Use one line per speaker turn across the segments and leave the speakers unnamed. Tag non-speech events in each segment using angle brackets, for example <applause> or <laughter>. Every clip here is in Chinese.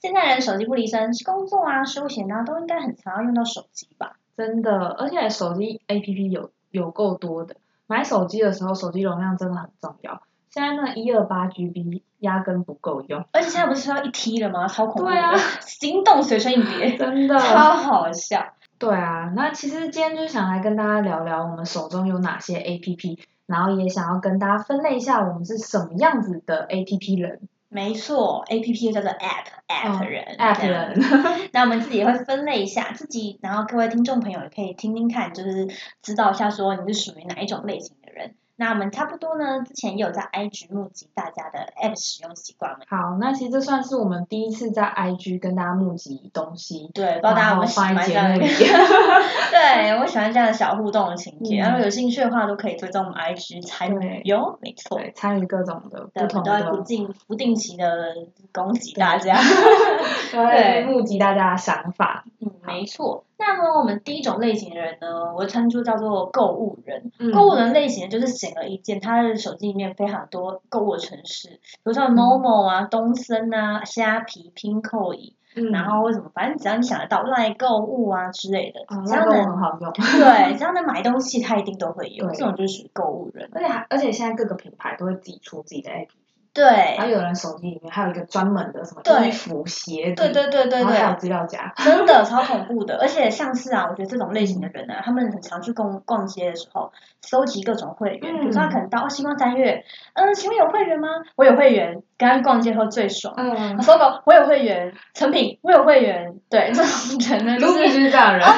现在人手机不离身，工作啊、休闲啊，都应该很常要用到手机吧？
真的，而且手机 APP 有有够多的。买手机的时候，手机容量真的很重要。现在那一二八 GB 压根不够用，
而且现在不是说要一 T 了吗？超恐怖的！
对啊
行动随身一 <laughs> 叠，
真的。
超好笑。
对啊，那其实今天就想来跟大家聊聊我们手中有哪些 APP，然后也想要跟大家分类一下我们是什么样子的 APP 人、
没错，A P P 叫做 App 嗯 App 人、
App
这样
人。
<laughs> 那我们自己也会分类一下自己，然后各位听众朋友也可以听听看，就是知道一下说你是属于哪一种类型的人。那我们差不多呢，之前也有在 IG 募集大家的 App 使用习惯嘛。
好，那其实这算是我们第一次在 IG 跟大家募集东西，
对，不知道大家有没有
然后
喜
放
欢
在
这
节
样
目
的
里。
<laughs> 对，我喜欢这样的小互动的情节。
嗯
然后有兴趣的话，都可以追踪我们 IG 参与
对
哟。没错，
<laughs> 对，参与各种的
对，
不
我
同
们都会
的
不定不定期的攻击大家。对
对，募集大家的想法。
<laughs> 嗯，没错。那么我们第一种类型的人呢，我称之叫做购物人。
嗯
购物人类型呢就是显而易见，他的手机里面非常多购物的城市，比如说某某啊、东森啊、虾皮、拼扣椅，
嗯
然后为什么，反正只要你想得到，赖购物啊之类的，
啊，
只
那
要
个
能
很好用，
<laughs> 对，只要能买东西，他一定都会有。
对
这种就是属于购物人。
而且啊还而且现在各个品牌都会自己出自己的 APP，
对
然，后有人手机里面还有一个专门的什么
对
衣服、鞋子，
对对对对
然后还有
对，
资料夹，
真的超恐怖的。而且像是啊，我觉得这种类型的人呢、啊他们很常去逛逛街的时候，收集各种会员，比如说他可能到哦，星光三月，嗯，请问有会员吗？我有会员，刚刚逛街后最爽。
嗯，
搜狗，我有会员，成品 <laughs> 我有会员，对这种人呢，就
都
是
必须这样的人，
哦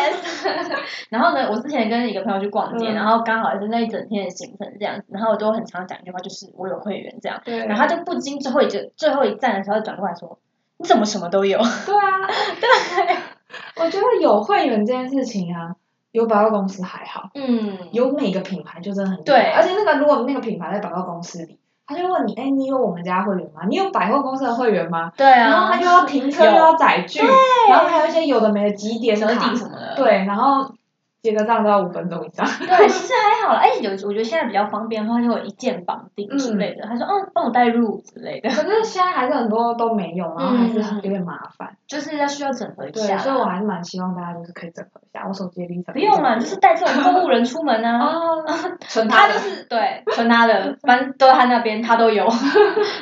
yes 。 <laughs> 然后呢，我之前跟一个朋友去逛街，
嗯
然后刚好也是那一整天的行程这样子，然后我都很常讲一句话，就是我有会员这样。
对，
然后他就不经最后一就最后一站的时候转过来说：“你怎么什么都有
对啊，对， <laughs> 我觉得有会员这件事情啊，有百货公司还好？”，
嗯，
有每个品牌就真的很厉害
对
而且那个如果那个品牌在百货公司里，他就问你，哎，你有我们家会员吗？你有百货公司的会员吗？
对
然后
啊，
他又要停车，
有
又要载具，然后还有一些有的没的几点
折抵
卡，
什么的。
对，然后结个账都要五分钟以上。
对，其实还好了。哎，有我觉得现在比较方便的话，就有一键绑定之类的。他说：“嗯，帮我带入之类的。
<laughs> 可是现在还是很多都没有，然后还是很
嗯
有点麻烦。”
就是要需要整合一
对，
下
所以我
啦。
还是啊蛮希望大家就是可以整合一下。我手机也整合
不用啦，就是带这种购物人出门啊。
<laughs> 哦，存
他
他
就
的。
是对存他的，反正都在他那边，他都
<laughs>
有。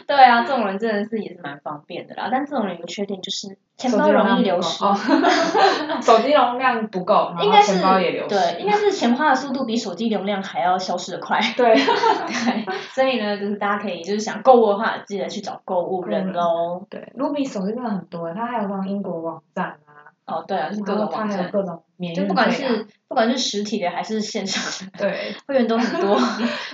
对啊，这种人真的是也是蛮方便的啦。但这种人有个缺点就是钱
手
包
机容
容
量
易
不
流
够 <laughs>
失，
哦手机容量不够，然
应
后
该是
钱包也流失。
对，应该是钱花的速度比手机流量还要消失的快。<laughs>
对，
对，所以呢，就是大家可以就是想购物的话，记得去找购物人哦喽。
对，Ruby 手机真的很多，它还有那种英国网站啊，
哦，对啊，就是各
然
个
后它
网
还有
站，嗯
各种免运
就不
费啊。
管是不管是实体的还是线上的，
对，
会员都很 <laughs> 多，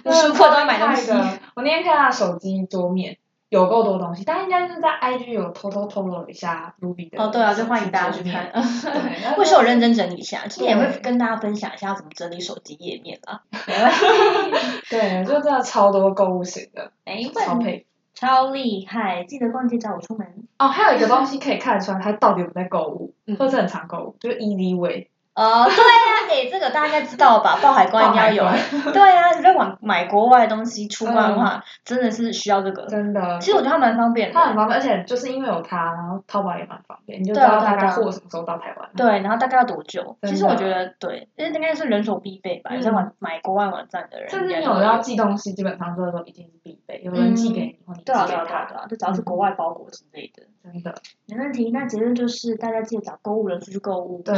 无时无刻都要买东西
那。个我那天看他手机桌面有够多东西，但应该是在 IG 有偷偷透露了一下 Ruby 的。
哦，对啊，就欢迎大家去看。。 <laughs>
对，
或
为
是
什
有
么？
认真整理一下，今天也会
对
跟大家分享一下怎么整理手机页面啦。没问题，
对，就真的超多购物型的，
没
超
问题，
配。
超厉害！记得逛街找我出门。
哦，还有一个东西可以看得出来他到底有没有在购物，
嗯
或者很常购物，就是 E Easy Way。
哦，对呀、啊，哎、这个大家应该知道 <laughs> 吧？报海关一定要有。 <laughs>
报海
对呀、啊，如果买国外的东西出关的话，真的是需要这个。
真的
其，实我觉嗯得它蛮方便
它很
的。
方便，而且就是因为有它，然后淘宝也蛮方便，你就知
对啊
道大
对啊
概
对啊
货什么时候到台湾。
对，然后大概要多久？
真
其
的
实我觉得对，因为应该是人手必备吧。
嗯
有在网买国外网站的人，
甚至
应
你
该都
有要寄东西，基本上这都已经是必备，有人寄给你，或你寄
对啊，对
给
啊，对啊，啊
他，
对啊，就只要是国外包裹之类的。
真的。
没问题，那结论就是大家记得找购物人出去购物，
对，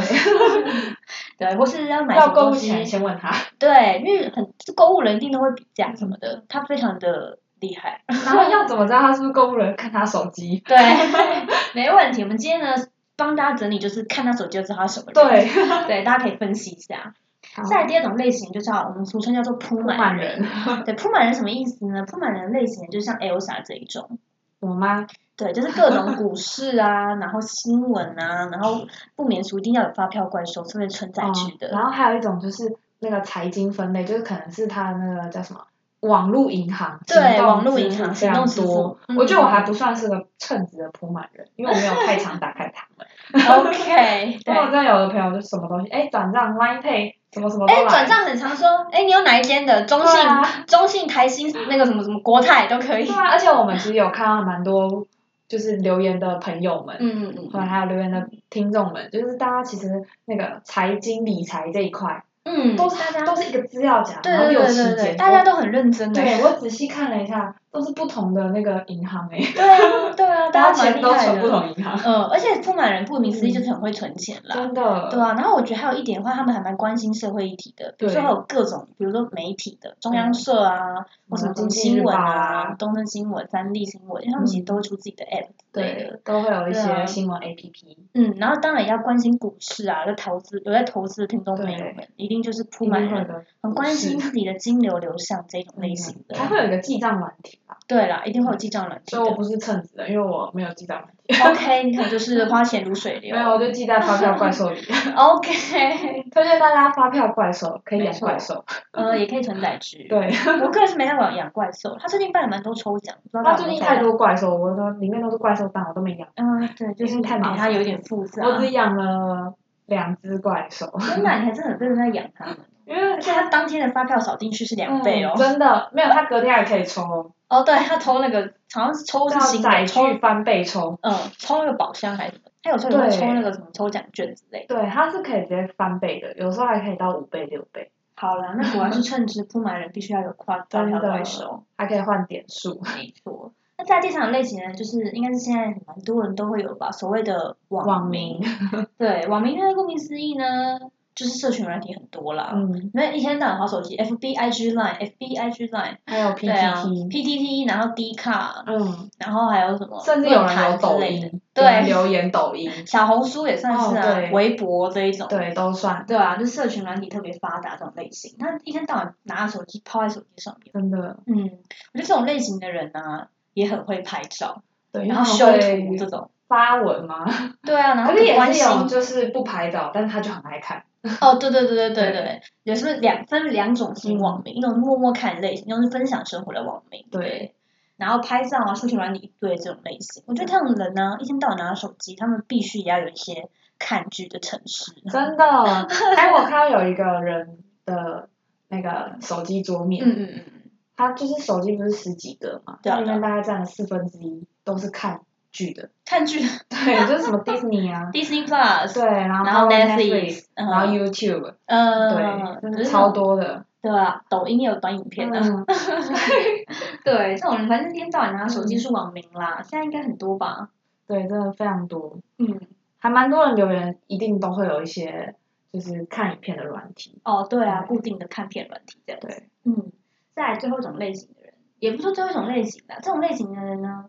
对，或是要买什
要
么
购物
东西，
前先问他。
对，因为很购物人一定都会比价什么的，他非常的厉害，
<laughs> 然后要怎么知道他是不是购物人？看他手机。
对， <laughs> 没问题。我们今天呢，帮大家整理就是看他手机就知道他什么人，
<laughs> 对，
<laughs> 对，大家可以分析一下。再来
再
第二种类型就叫我们俗称叫做铺满
满，人，
对，铺满人什么意思呢？铺满人类型就像 Elsa 这一种，
我吗？
对，就是各种股市啊， <laughs> 然后新闻啊，然后不免俗一定要有发票怪兽是为存在去的。 <laughs>
嗯。然后还有一种就是那个财经分类，就是可能是它的那个叫什么网络银行，
对
行动
网络
支
银
付
行
非
行动
常
支付
多。
嗯
我觉得我还不算是个称职的普满人，因为我没有太常打开它
<laughs>
们。
OK，对
但。我真的有的朋友就什么东西，哎，转账 Line Pay 什么什么都
哎，
来。
转账很常说，哎，你有哪一间的？中信
对、啊
中信、台新那个什么什么国泰都可以
对。啊，而且我们其实有看到蛮多就是留言的朋友们，
嗯嗯
或者还有留言的听众们，就是大家其实那个财经理财这一块，
嗯，
都是大家都是一个资料夹，
对
然后
对
又有
对
时
对
间，
对，大家都很认真的。欸
对我仔细看了一下，都是不同的那个银行哎、
<laughs> 对啊，对啊，大家
大
蛮
钱
厉
都
害
存不
的。
同
<laughs>
银行，
嗯，而且不满人顾名思义
嗯
就是很会存钱啦。
真的。
对啊，然后我觉得还有一点的话，他们还蛮关心社会议题的，比如说
对
还有各种，比如说媒体的中央
嗯
社啊，或什么
经济
新
日
闻
报
啊、
啊嗯
东森新闻、三立新闻，因为他们其实都会出自己的 app 之类的。
对，都会有一
对啊
些新闻 A P P，
嗯，然后当然也要关心股市啊，在投资有在投资的听众朋友
对
们，一定就是铺
一
满
定会
人，
的，
很关心自己的金流流向这种类型的。
还会有一个记账软体吧，
对啦，一定会有记账软体
所以我
的。
不是称职的，因为我没有记账软体，
OK，你可能就是花钱如水流
<laughs> 没。有，我就记在发票怪
<laughs>
兽里。
OK，
推荐大家发票怪兽，可以
没
养
错
怪兽。
呃，也可以存载值。
对，
我个人是没办法养怪兽，他最近办了蛮多抽奖，不知道
它
大家
最
有没
近
有
太
抽到。
多怪兽，我都里面都是怪兽蛋，我都没养。
嗯，对，就是
因为太麻
给
烦
他有一点复杂。
我只养了两只怪兽，
真的，啊你还真的很认真在养他们，
因为
而且他当天的发票扫进去是两倍哦
嗯。真的没有，它隔天还可以抽，
哦，对，他抽那个好像是抽是
要
新
载
的，抽
具翻倍抽。
嗯抽那个宝箱还是什么，他有时候也会
对
抽那个什么抽奖券之类的。
对，它是可以直接翻倍的，有时候还可以到五倍、六倍，
好啦，那果然是称职不满人必须要有夸张
真
条
的
怪兽，
还可以换点数。
没错。那在第三种类型呢，就是应该是现在蛮多人都会有吧，所谓的
网
民
名，
<laughs> 对，网民呢，顾名思义呢，就是社群软体很多啦。
嗯，
那一天到晚滑手机，FB、IG、Line、FB、IG、Line，
还有
对啊
PPT，
，PTT，然后 D 卡，
嗯，
然后还有什么
甚至有
论
人
坛
有
之
抖
类的，
音，有人
对，
留言抖音，
小红书也算是
哦
啊
对，
微博这一种，
对，都算，
对啊，就社群软体特别发达这种类型。那一天到晚拿着手机泡在手机上面，
真的，
嗯，我觉得这种类型的人呢、也很会拍照，
对，
然后
因为
修
他们
图
会
这种，
发文吗？
对啊，然后
可是
很
也
关
是
心
有，就是不拍照，但是他就很爱看。
哦，对对对对对
对
对，也是两分两种型网民，一种是默默看类型，一种是分享生活的网民。
对
然后拍照啊、社群软体一堆这种类型，我觉得这种人呢，一天到晚拿着手机，他们必须也要有一些看剧的城市。 <laughs>
真的，哎，我看到有一个人的那个手机桌
嗯
面，
嗯嗯，
他就是手机不是十几个嘛，
对啊
它里面大概占了四分之一都是看剧
<laughs>
的，
看剧
对，就是什么 Disney 啊，
Disney Plus，
<laughs> 对，然后
然后
Netflix，
嗯
然后 YouTube，
呃，
对，真
可
的
是
超多的，
对啊，抖音也有短影片啊。
嗯，
对，这种人反正一天到晚拿着
嗯
手机是网民啦，现在应该很多吧？
对，真的非常多，
嗯，
还蛮多人留言，一定都会有一些就是看影片的软体，
哦，对啊，
对
固定的看片软体这样子。
嗯对，
嗯，再来最后一种类型的人，也不是说最后一种类型的，这种类型的人呢，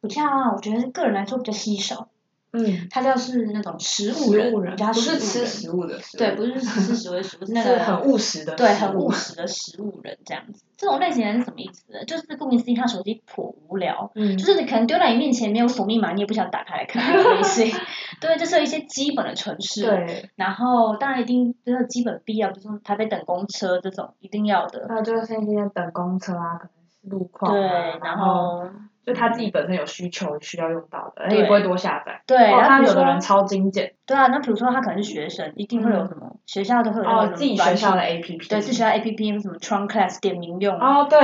比较啊我觉得个人来说比较稀少，
嗯，
他就是那种食
食
物人，
物人
比较
不
食物
是吃
人
食物的食物，
对，不是吃食物的食物，是那
<laughs> 是
个
很务实的，
对很务，实的食物人这样子。这种类型的人是什么意思呢？就是顾名思义，他手机颇无聊。
嗯
就是你可能丢在你面前没有锁密码，你也不想打开来看，类似， <laughs> 对，就是有一些基本的程式，
对，
然后当然一定就是基本必要，比如说台北等公车这种一定要的，
那就是像现在等公车啊，可能是路况啊、
对，然
后
后
就他自己本身有需求需要用到的，
对
也不会多下载。
对，
哦，
然
他
后比如
有的
说
人超精简，
对啊，那比如说他可能是学生，一定会有什么学校都会有那
嗯哦，
种
自己学校的
的
APP，
对，自己学校 A P P 什么 Tron Class 点名用，啊
哦，
<laughs>
对，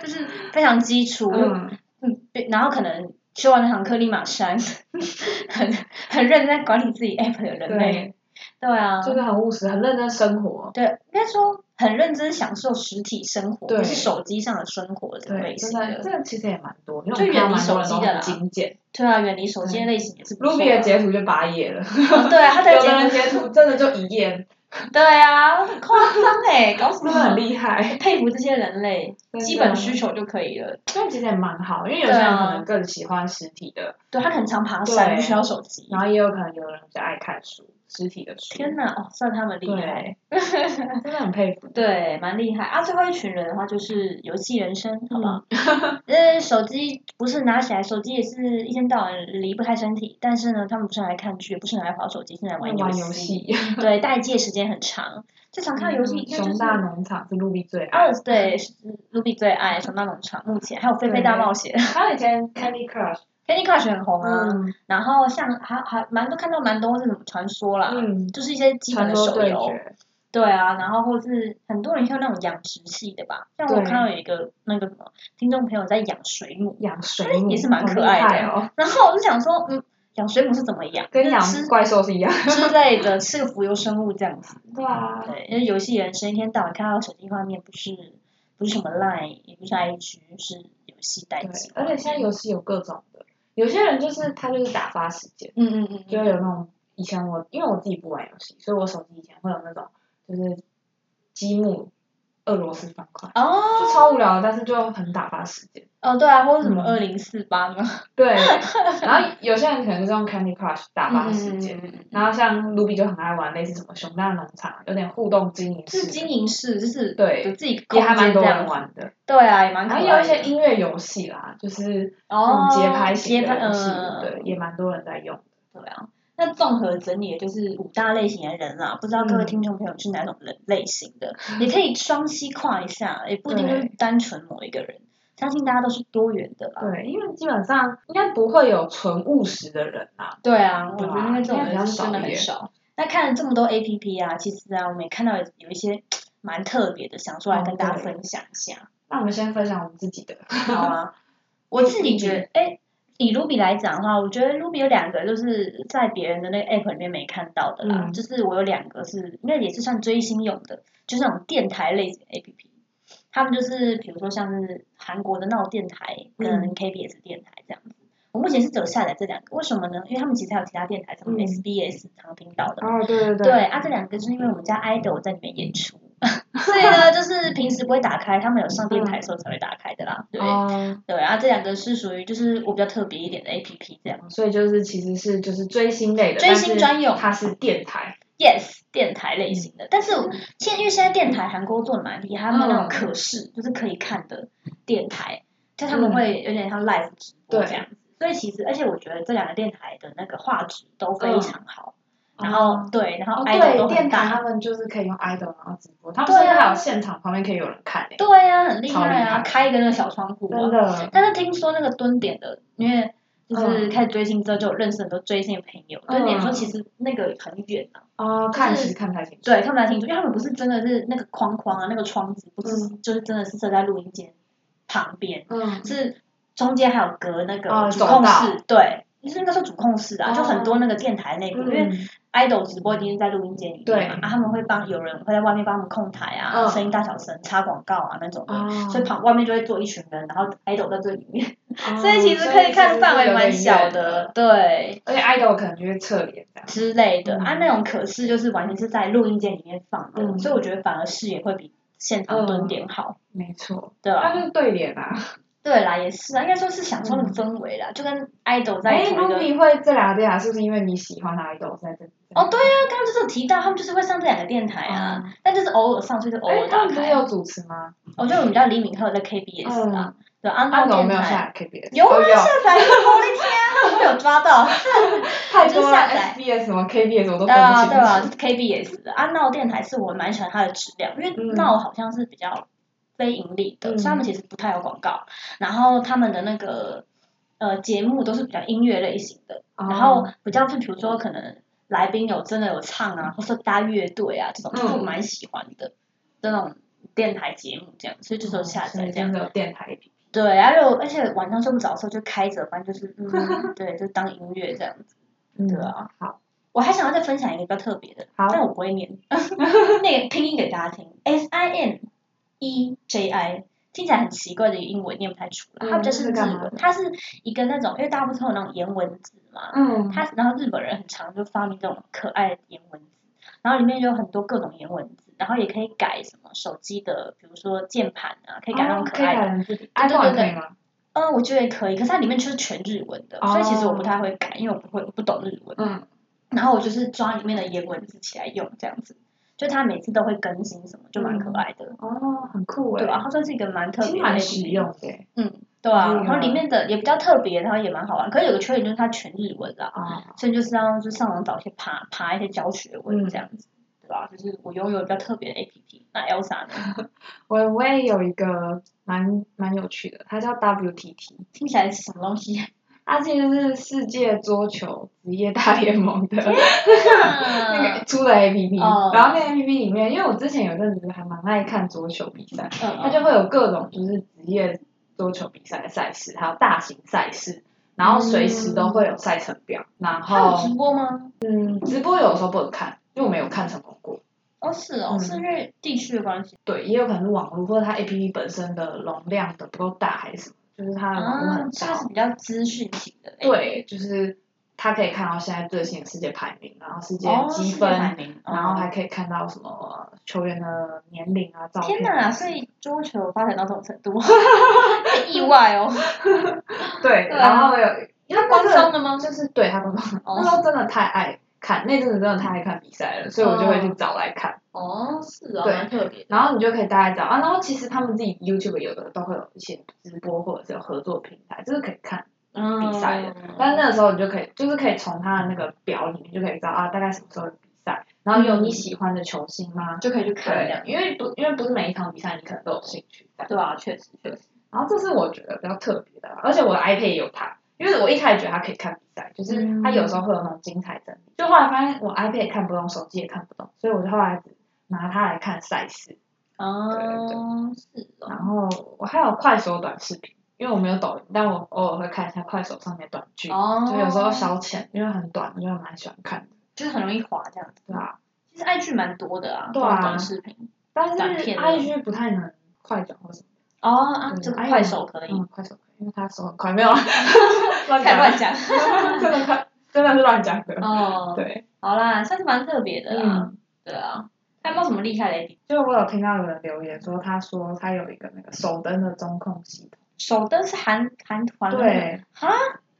就是非常基础。
嗯，
嗯，对然后可能修完那堂课立马删， <laughs> 很很认真在管理自己 App 的人类。
对，
对啊，
就是很务实，很认真生活，
对，应该说很认真享受实体生活，
对
不是手机上的生活这种
对，
类
真
型
的，这
的。
个其实也蛮多，因为我
就远离
们看到蛮多
手
人都
机的
很
啦
精简。
对啊，远离手机的类
哎
型也是不错
Ruby 的
的。
截图就八页了，
哦 <laughs> 对啊，他在
有
截
的人
图，
截图真的就一
<laughs>
页，
对啊，很夸张
<laughs>
哎，搞什
真的
么？
很厉害。
佩服这些人类，
真的
基本需求就可以了。
但其实也蛮好，因为有
对
些人
啊
可能更喜欢实体的，
对他可能常爬山，
对
不需要手机。
然后也有可能有人比较爱看书。实体的书，
天哪，哦，算他们厉害。
<laughs> 对，真的很佩服。
对，蛮厉害啊！最后一群人的话就是游戏人生，好不好？<laughs>
嗯
呃、手机不是拿起来，手机也是一天到晚离不开身体。但是呢，他们不是拿来看剧，也不是拿来划手机，是拿来玩
玩
游
游
戏。
戏， <laughs> 嗯
对，代借时间很长。最常看的游戏应该就
熊
是
大农场是陆哦地最爱
二，哦对，是卢比最爱《熊大农场》，目前还有《菲菲大冒险》
还有以前 Candy Crush，
，Candy Crush 很红啊。
嗯
然后像还还蛮多看到蛮多是什么传说啦，
嗯，
就是一些基本
传
的
说
手
对
游。
决，
对啊，然后或是很多人也有那种养殖系的吧，像我
对
看到有一个那个什么听众朋友在养水母，
养水母
也是蛮
好
可
厉
爱的
害哦，
然后我就想说，嗯，养水母是怎么养？
跟养
吃
怪兽是一样。
之类的，吃个浮游生物这样子。
对啊，
对，因为游戏人生一天到晚看到手机画面，不是不是什么 Line，也不是 IG，是游戏代
对
机，。
而且现在游戏有各种的，有些人就是他就是打发时间，
嗯嗯嗯
就
嗯，
会有那种以前我因为我自己不玩游戏，所以我手机以前会有那种就是积木俄罗斯方块，
哦
就超无聊的，但是就很打发时间。
哦对啊，或者什么
嗯
二零四八呢？
对，
<laughs>
然后有些人可能就是用 Candy Crush 打发时间。
嗯嗯嗯嗯嗯
然后像 Ruby 就很爱玩类似什么熊大农场，有点互动经营
就
式
是
的，
经营式，就是
对
有自己空
也还蛮
间
多
这
人
样子。
玩的。
对啊，也蛮可
然
爱的。
后也有一些音乐游戏啦，就是那
哦，
种节拍型
节
的
拍
游戏，
嗯、
对，也蛮多人在用。
对啊。那综合整理的就是五大类型的人啊啦，不知道各位
嗯
听众朋友是哪种人类型的，也可以双膝跨一下，也不一定就是
对
单纯某一个人，相信大家都是多元的啦。
对，因为基本上应该不会有纯务实的人啦。
对啊，我
对
觉
啊
得因为这种
应该比较
人是真的
少一
很
点
少。那看了这么多 A P P 啊，其实啊，我们也看到有有一些蛮特别的，想出来
哦
跟大家
对
分享一下，
那我们先分享我们自己的，
好啊。我自己
嗯
觉得，哎，以 Ruby 来讲的话，我觉得 Ruby 有两个就是在别人的那个 App 里面没看到的啦，
嗯
就是我有两个是应该也是算追星用的，就是那种电台类型 A P P。他们就是比如说像是韩国的闹电台跟
嗯
KBS 电台这样子。我目前是只有下载这两个，为什么呢？因为他们其实还有其他电台，什么
嗯
SBS 常听到的。
哦，对对对
对啊，这两个就是因为我们家 idol 在里面演
<laughs>
出，所以呢，就是平时不会打开，他们有上电台的时候才会打开的啦。对，
哦，
对，然后这两个是属于就是我比较特别一点的 A P P 这样。
所以就是其实是就是追星类的，
追星
但是
专用
它是电台，
Yes，电台类型
嗯
的，但是我现因为现在电台韩国做的蛮厉害，他们有
嗯
那种可视、就是可以看的电台，就他们
嗯
会有点像 live 直播
对
这样子。所以其实，而且我觉得这两个电台的那个画质都非常好，然
嗯哦
后对，然后
哦，
idol 都
对，
很
电台
大，
他们就是可以用 idol 然后直播，他们
对啊
现在还有现场旁边可以有人看诶，
对啊，很厉
超厉
害啊，
害
开一个那个小窗户啊
真。的，
但是听说那个蹲点的，因为就是
嗯
开始追星之后，就有认识很多追星的朋友，蹲点说其实那个很远啊，
哦，看其实看不太清楚，
对，看不太清楚，因为他们不是真的是那个框框啊，那个窗子不是、就是真的是设在录音间旁边，
嗯，
是中间还有隔那个
哦
主控
走道
室，对，就是应该说主控室啊，
哦
就很多那个电台内部，因为
嗯
idol 直播一定是在录音间里面嘛，啊，他们会帮有人会在外面帮他们控台啊，
嗯
声音大小声、插广告啊那种的，
哦
所以旁外面就会坐一群人，然后 idol 在这里面。
哦
<laughs> 所以其实可以看范围蛮小，
所以其实是有点远
的，对
而且 idol 可能就会侧脸这样，
之类的、
嗯
啊，那种可视就是完全是在录音间里面放的，
嗯
所以我觉得反而视野会比现场蹲点好，
没错，
对
他
吧？
就是对脸啊，
对啦，也是啊，应该说是享受那个氛围啦，就跟 idol 在
哎
同一个。
，Ruby 会这两个电台是不是因为你喜欢 idol 在这里？
哦，对啊，刚刚就是有提到，他们就是会上这两个电台啊，但就是偶尔上，就是偶
哦哎，
尔
他
打
们不是
开。哦
有主持吗？
我觉得我们家李敏赫在 KBS 啊，对，安
他
东
怎么
电
没有
台
下 KBS？
有啊，
哦
下载，我的天啊，我有抓到。
太多
就
了
下载
，SBS 什么 KBS 我都分
对啊，
哦不清
对啊，就
楚。
是 KBS 啊，闹电台是我蛮喜欢它的质量，因为
嗯
闹好像是比较非盈利的，
嗯
所以他们其实不太有广告，然后他们的那个呃节目都是比较音乐类型的，
哦
然后比较是比如说可能来宾有真的有唱啊，或是搭乐队啊这种，
嗯
就是我蛮喜欢的这种电台节目这样，所以就是有下载这样
哦真。的有电台 APP。
对，而且我而且晚上睡不着的时候就开着，反正就是
<laughs>
嗯，对，就当音乐这样子，对啊。
嗯好，
我还想要再分享一个比较特别的，
好
但我不会
<laughs>
念，那个拼音给大家听，S I N E J I，听起来很奇怪的英文念不太出来，
嗯
它比较是
是
日
干嘛
文，
的
它是一个那种，因为大部分有那种颜文字嘛，
嗯，
它然后日本人很常就发明这种可爱的颜文字，然后里面有很多各种颜文字，然后也可以改什么手机的，比如说键盘啊，可以改那种
哦
可爱的。啊
人自己
对对
，iPhone 也
对
可以吗？
嗯，我觉得也可以，可是它里面就是全日文的，
哦
所以其实我不太会改，因为我不会，我不懂日文。
嗯，
然后我就是抓里面的颜文字起来用，这样子，就它每次都会更新什么，就蛮可爱的。
哦，很酷哎、
对啊，它算是一个蛮特
其实
别的
蛮
APP
实用的欸
嗯，对啊，
嗯
然后里面的也比较特别，然后也蛮好玩。可是有个缺点就是它全日文啦，
啊。
所以就是要就上网找一些爬爬一些教学文这样子，
嗯
对吧、就是我拥有比较特别的 APP。那 Elsa 呢？
我我也有一个蛮蛮有趣的，它叫 WTT，
听起来是什么东
啊
西？
它其实是世界桌球职业大联盟的 <laughs> 那
<laughs> 那
个出的 APP，、
哦
然后那 APP 里面，因为我之前有阵子还蛮爱看桌球比赛，它
嗯，
就会有各种就是职业桌球比赛的赛事，还有大型赛事，然后随时都会有赛程表，然
它嗯有直
后
播吗？
嗯，直播有时候不能看，因为我没有看成功过。
哦，是哦，
嗯
是因为地区的关系。
对，也有可能是网络或者它 APP 本身的容量的不够大还是什么，就是它的网络
啊
很，
它
大。
是比较资讯型的。哎，
对，就是它可以看到现在最新的世界排名，然后世界
哦，
积
世界
分，
排名
然后还
哦
可以看到什么球员的年龄啊、照
天
片
哪，
啊。
所以桌球发展到这种 <laughs> 程度，很意外哦。
对，
对啊啊
然后有它
官方的
吗？就是对它官方的，
哦
那时候真的太爱看，那阵子真的太爱看比赛了，所以我就会去找来看。
哦，是哦，
对
蛮特别的。
然后你就可以大概找啊，然后其实他们自己 YouTube 有的都会有一些直播或者是有合作平台，就是可以看。
嗯
比赛的但是那个时候你就可以，就是可以从他的那个表里面就可以知道啊，大概什么时候有比赛，然后有你喜欢的球星吗？
就可以去看这
对
样，，
因为不因为不是每一场比赛你可能都有兴趣的。
对啊，确实确实，
然后这是我觉得比较特别的啊，而且我的 iPad 也有它，因为我一开始觉得它可以看比赛，就是它有时候会有那种精彩整理，就后来发现我 iPad 也看不懂，手机也看不懂，所以我就后来只拿它来看赛事，
哦，是哦，
然后我还有快手短视频，因为我没有抖音，但我偶尔会看一下快手上面短剧。
哦，
啊就有时候消遣，因为很短，我就蛮喜欢看的，
就是很容易滑这样子，
对吧、
其实爱剧蛮多的啊，
对啊
这种短视频，
但是
短片的
IG 不太能快转或什么，
哦啊，
嗯
这个
IG
快手可以，
嗯，快手，因为他手很快，没有啦，
<laughs>
乱
太
讲
乱讲，
了， <laughs> 真的快真的是乱讲的，
哦，
<laughs> 对，
好啦，算是蛮特别的啦，
嗯，
对啊，还有没有什么厉害的 APP？
就我有听到有人留言说，他说他有一个那个手灯的中控系统，
手灯是韩韩团的那个，
对，
哈，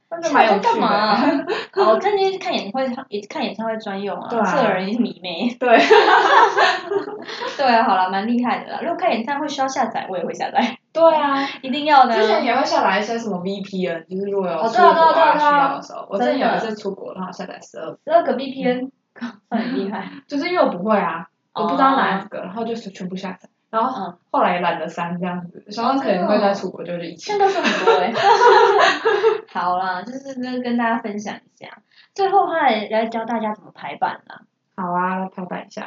那就
啊手
蛮有
灯
趣
干嘛啊
的，？
哦，我看那些看演唱会，也看演唱会专用啊，
对啊
这个人也是迷妹。
<laughs> 对，
<laughs> 对啊，好了，蛮厉害的啦。如果看演唱会需要下载，我也会下载，
<laughs> 对啊，
一定要的。
之前也会下载一些什么 VPN，就是如果有
哦
出
对啊
国
对啊对啊
啊需要的时候，我之前
真的
有一次出国，然后下载十二，
十二个 VPN，靠 <laughs> 算很厉害。
就是因为我不会啊，我不知道哪
哦。
一个，然后就是全部下载，然后
嗯
后来也懒得删这样子，想到可能会在出国就是一起
现。在都是很多
<laughs>
哎、好啦，就是跟跟大家分享一下。最后还来教大家怎么排版啦。
好啊，拍板一
嗯
下。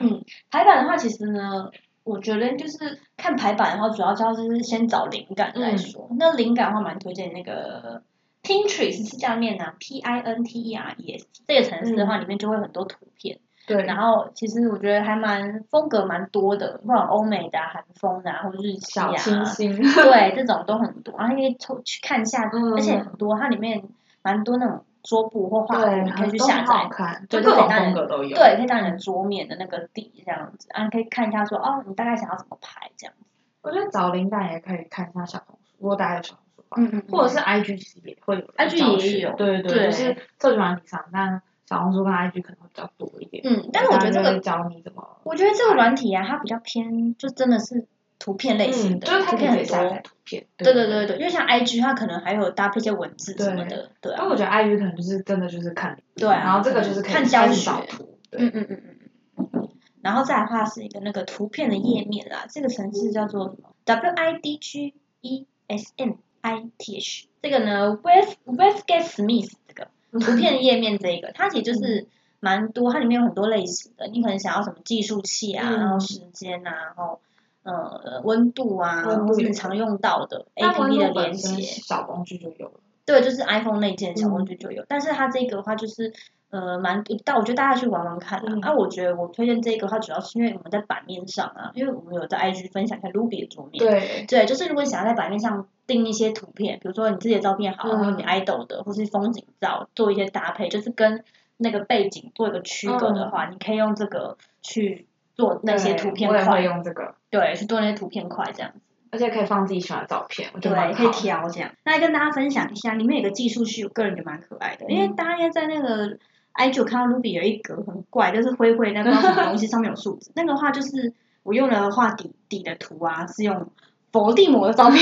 排版的话，其实呢，我觉得就是看排版的话，主要就是先找灵感
嗯
来说。那灵感的话，蛮推荐那个 Pinterest 是这样念的、p I N T E R E S T 这个城市的话，里面就会有很多图片。
对，
然后其实我觉得还蛮风格蛮多的，不管欧美的、啊、韩风的、啊，或者日系啊
小，清新。
对，这种都很多，然后你可以抽去看一下，
嗯
而且很多它里面蛮多那种桌布或画
对，
布，你可以去
都很
下
好
载，
看，
对
就各
对
种
当然
风格都有。
对，可以当你的桌面的那个底这样子，啊，你可以看一下说哦，你大概想要怎么排这样子，
我觉得找灵感也可以看一下小红书，如果大家有小红书的话，
嗯嗯
或者是 IG 其实也会有
IG
教学
也有
对对，
对
就是社群软体上，但小红书跟 IG 可能会比较多一点。
嗯，但是我觉得这
大家就
个
会，教你怎么，
我觉得这个软体啊，它比较偏，就真的是图片类型
嗯，
的，
就是它
图
可以
片
直
很
接下载
多。
图片。
对对对对，因为像 IG 它可能还有搭配一些文字什么
对
的，对啊
但。我觉得 IG 可能就是真的就是看你，
对啊
然后这个就是可以
看教
开始
学
找图，对，
嗯嗯嗯嗯嗯。然后再来的话是一个那个图片的页面啦，这个城市叫做什么 W I D G E S M I T H。这个呢 w e s t Westgate Smith 这
<laughs>
个图片页面这个，它其实就是蛮多，它里面有很多类型的，你可能想要什么计数器啊，
嗯
然后时间啊，然后呃温度啊，
温度
或是
也
你常用到的
那
A P P 的连
温度本身
接，
小工具就有了。
对，就是 iPhone 内建小工
嗯
具就有，但是它这个的话就是呃蛮，但我觉得大家去玩玩看啦。
嗯
啊，我觉得我推荐这个的话，主要是因为我们在版面上啊，因为我们有在 IG 分享一下 Ruby 的桌面。
对，
对，就是如果你想要在版面上定一些图片，比如说你自己的照片好，
嗯
或者你 idol 的，或是风景照，做一些搭配，就是跟那个背景做一个区隔的话，你可以用这个去做那些
嗯对
图片
我也会
块，
用这个，
对，去做那些图片块这样。
而且可以放自己喜欢的照片，我觉得蛮
对，
好
可以挑
嗯
这样。那来跟大家分享一下，里面有个技术是我个人觉得蛮可爱的，因为大家应该在那个 IG 我看到 Ruby 有一格很怪，就是灰灰但不知道什么东西，上面有数
<laughs>
字。那个话就是我用了画底底的图啊，是用伏地魔的照
<laughs>
片。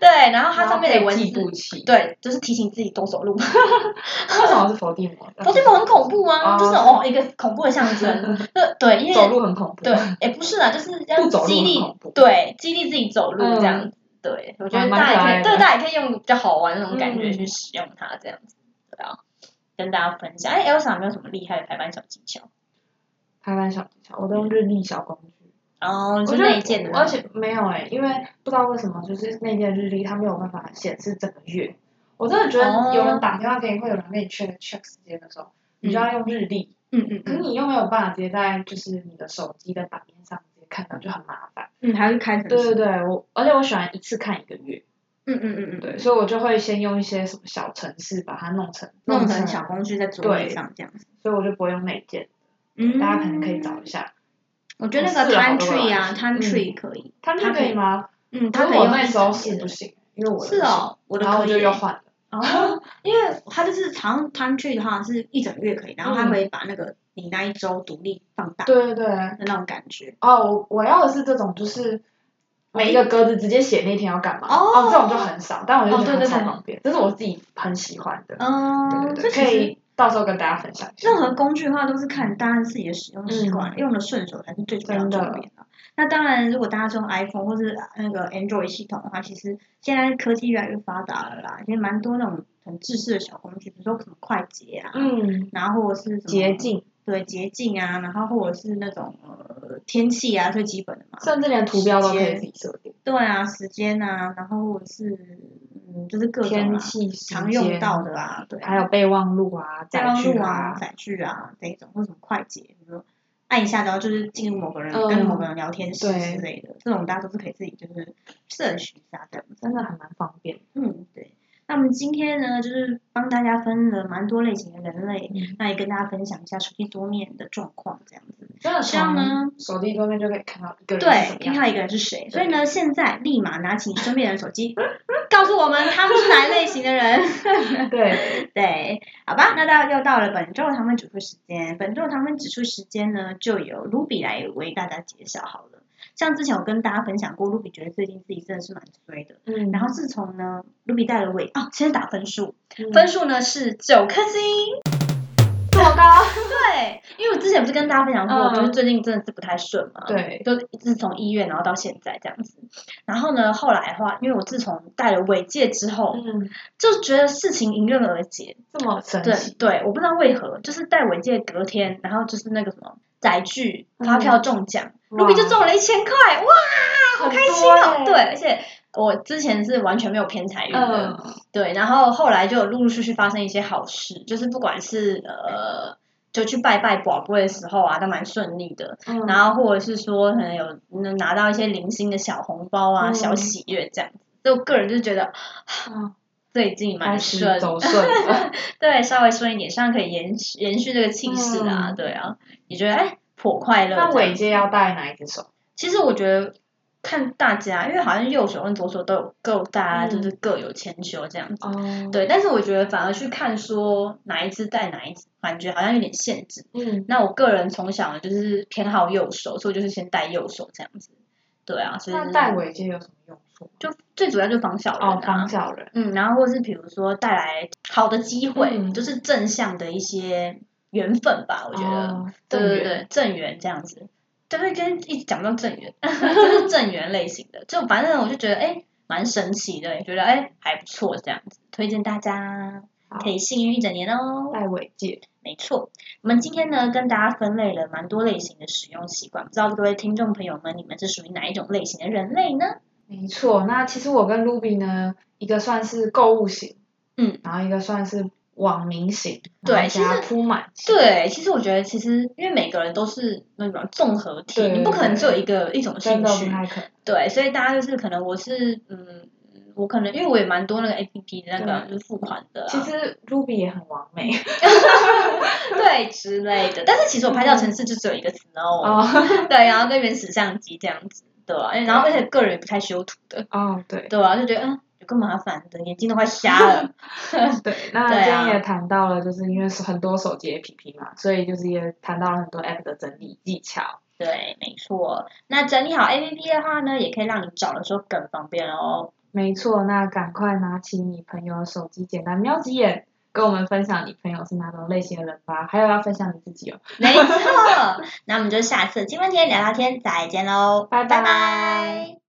对，然后它上面的文
计
字
步，器，
对，就是提醒自己多走路。
<laughs> 为什么是伏地
<laughs>
魔？
伏地魔很恐怖啊，
哦
就是哦一个恐怖的象征。
<laughs>
对对，因为
走路很恐怖，
对，也不是啦，就是要
不走路
激
很
励
恐怖。
对，激励自己走路这样子。对，我觉得
蛮
大家也可以，
蛮可爱的
对大家也可以用比较好玩那种感觉
嗯
去使用它，这样子，对啊，跟大家分享。哎，Elsa 有没有什么厉害的排版小技巧？
拍拍小技巧，我都用日历小工具。
然后
我
就
觉
哦内建的
得，而
那种，
且没有哎、因为不知道为什么，就是那件日历它没有办法显示整个月。我真的觉
哦
得有人打电话给你，会有人跟你 check check 时间的时候，你就要用日历，
嗯嗯
可是你又没有办法直接在就是你的手机的版面上直接看到，就很麻烦。
嗯，还是开成
对对对，我而且我喜欢一次看一个月，
嗯嗯嗯嗯，
对，所以我就会先用一些什么小程式把它弄成
弄成
成
小，工具在桌面
对
上这样子。
所以我就不会用内建，
嗯，
大家可能可以找一下。
我觉得那
我
个
试了好
Time
多
Tree 啊
东西
，Time
嗯
Tree 可以，
他们可以吗？
嗯，它
可
可
是
以
我
用
那
一
时候
整
是
页
不
的
行，因为我的
是哦，我
不
的
行，然后
可
我就
以耶。
又换了。
哦，因为它就是好像 time tree 的话是一整月可以，然后它
嗯
会把那个你那一周独立放大的
对对对，
那种感觉。
哦，我我要的是这种，就是每一个格子直接写那天要干嘛。
哦
这种就很少，但我就
哦
觉得
对
它
对
超
对
方便，这是我自己很喜欢的。
嗯，
对对对，
这
可
其实
以到时候跟大家分享一下。
任何工具的话都是看大家自己的使用习惯，用的顺手才是最重要的
嗯真的
重点啊。那当然，如果大家是用 iPhone 或是那个 Android 系统的话，其实现在科技越来越发达了啦，其实蛮多那种很制式的小工具，比如说什么快捷啊，
嗯，
然后或者是什么
捷，径，
对捷径啊，然后或者是那种呃天气啊最基本的嘛，
甚至连图标都可以自己设定，
对啊，时间啊，然后或者是嗯，就是各种
天
啊
气、时
常用
间，
到的啊，对啊，
还有备忘录啊、
备
载
忘
具
录啊、载具啊这一种，或什么快捷，比如说按一下，然后就是进入某个人、
嗯
跟某个人聊天室
对
之类的，这种大家都是可以自己就是摄取一下这样子。
真的还蛮方便。
嗯，对。那我们今天呢，就是帮大家分了蛮多类型的人类，
嗯
那也跟大家分享一下手机桌面的状况这样子。
真的
这样呢
从手机桌面就可以看到一个人是
对，
什么
看
样
到一个人是谁。所以呢，现在立马拿起你身边人手
<laughs>
机，告诉我们他们是哪一类型的人。
的。对，
对，好吧，那大家又到了本周的糖分指数时间。本周的糖分指数时间呢，就由 Ruby 来为大家揭晓好了。像之前我跟大家分享过，Ruby 觉得最近自己真的是蛮衰的。
嗯
然后自从呢，Ruby 带了尾哦，先打分数，
嗯
分数呢是九颗星。
这么高，
<laughs> 对，因为我之前不是跟大家分享过，
嗯
就是最近真的是不太顺嘛。
对，
就自从一月，然后到现在这样子。然后呢，后来的话，因为我自从戴了尾戒之后，
嗯，
就觉得事情迎刃而解。
这么神
对
奇，
对，我不知道为何，就是戴尾戒隔天，然后就是那个什么载具发票中奖，
嗯
卢比、
哇
就中了一千块，哇，好开心哦！
很
对
多，欸
而且我之前是完全没有偏财运的，
嗯，
对，然后后来就有陆陆续续发生一些好事，就是不管是呃。就去拜拜宝贵的时候啊，都蛮顺利的。
嗯
然后或者是说，可能有能拿到一些零星的小红包啊、
嗯
小喜悦这样子。所以我个人就觉得
嗯
最近蛮
开始
顺
走顺了。
<laughs> 对，稍微顺一点，这样可以延续延续这个气势啊，
嗯
对啊，也觉得哎颇快乐这
那
样。
尾戒要戴哪一只手？
其实我觉得看大家，因为好像右手跟左手都有够大家、啊
嗯
就是各有千秋这样子。
哦，
对，但是我觉得反而去看说哪一只戴哪一只，感觉好像有点限制。
嗯，
那我个人从小就是偏好右手，所以我就是先戴右手这样子。对啊，所以就
那
是
戴尾戒有什么用处？
就最主要就防小人、啊、
哦，防小人。
嗯，然后或是比如说带来好的机会，
嗯
就是正向的一些缘分吧，我觉得，
哦
对对
正缘
对，正缘这样子，对对，今天一直讲到正缘， <laughs> 就是正缘类型的，就反正我就觉得哎，蛮神奇的，也觉得哎还不错这样子，推荐大家
好
可以幸运一整年哦。
戴尾戒，
没错，我们今天呢跟大家分类了蛮多类型的使用习惯，不知道各位听众朋友们，你们是属于哪一种类型的人类呢？
没错。那其实我跟 Ruby 呢，一个算是购物型，
嗯，
然后一个算是网民型，
对
然后加
其实
铺满型，
对，其实我觉得，其实因为每个人都是那种综合体，
对对
你不可能
对
只有一个一种
真
兴
的不
趣，
太可能。
对，啊所以大家就是可能我是嗯，我可能因为我也蛮多那个 A P P 的那个就是付款的、啊，
其
<laughs>
实 Ruby 也很完美
对之类的，但是其实我拍照城市就只有一个 Snow，、
哦
对，然后跟原始相机这样子，对啊，然后而且个人也不太修图的，
<laughs> 哦，对，
对啊，就觉得嗯，有个麻烦的，眼睛都快瞎了。
<laughs> 对，那
对啊
今天也谈到了，就是因为很多手机 APP 嘛，所以就是也谈到了很多 App 的整理技巧。
对，没错。那整理好 APP 的话呢，也可以让你找的时候更方便哦。
没错，那赶快拿起你朋友的手机，简单瞄几眼，跟我们分享你朋友是哪种类型的人吧。还有要分享你自己哦。
没
<laughs>
错，那我们就下次今晚天聊聊天再见喽，
拜拜
拜拜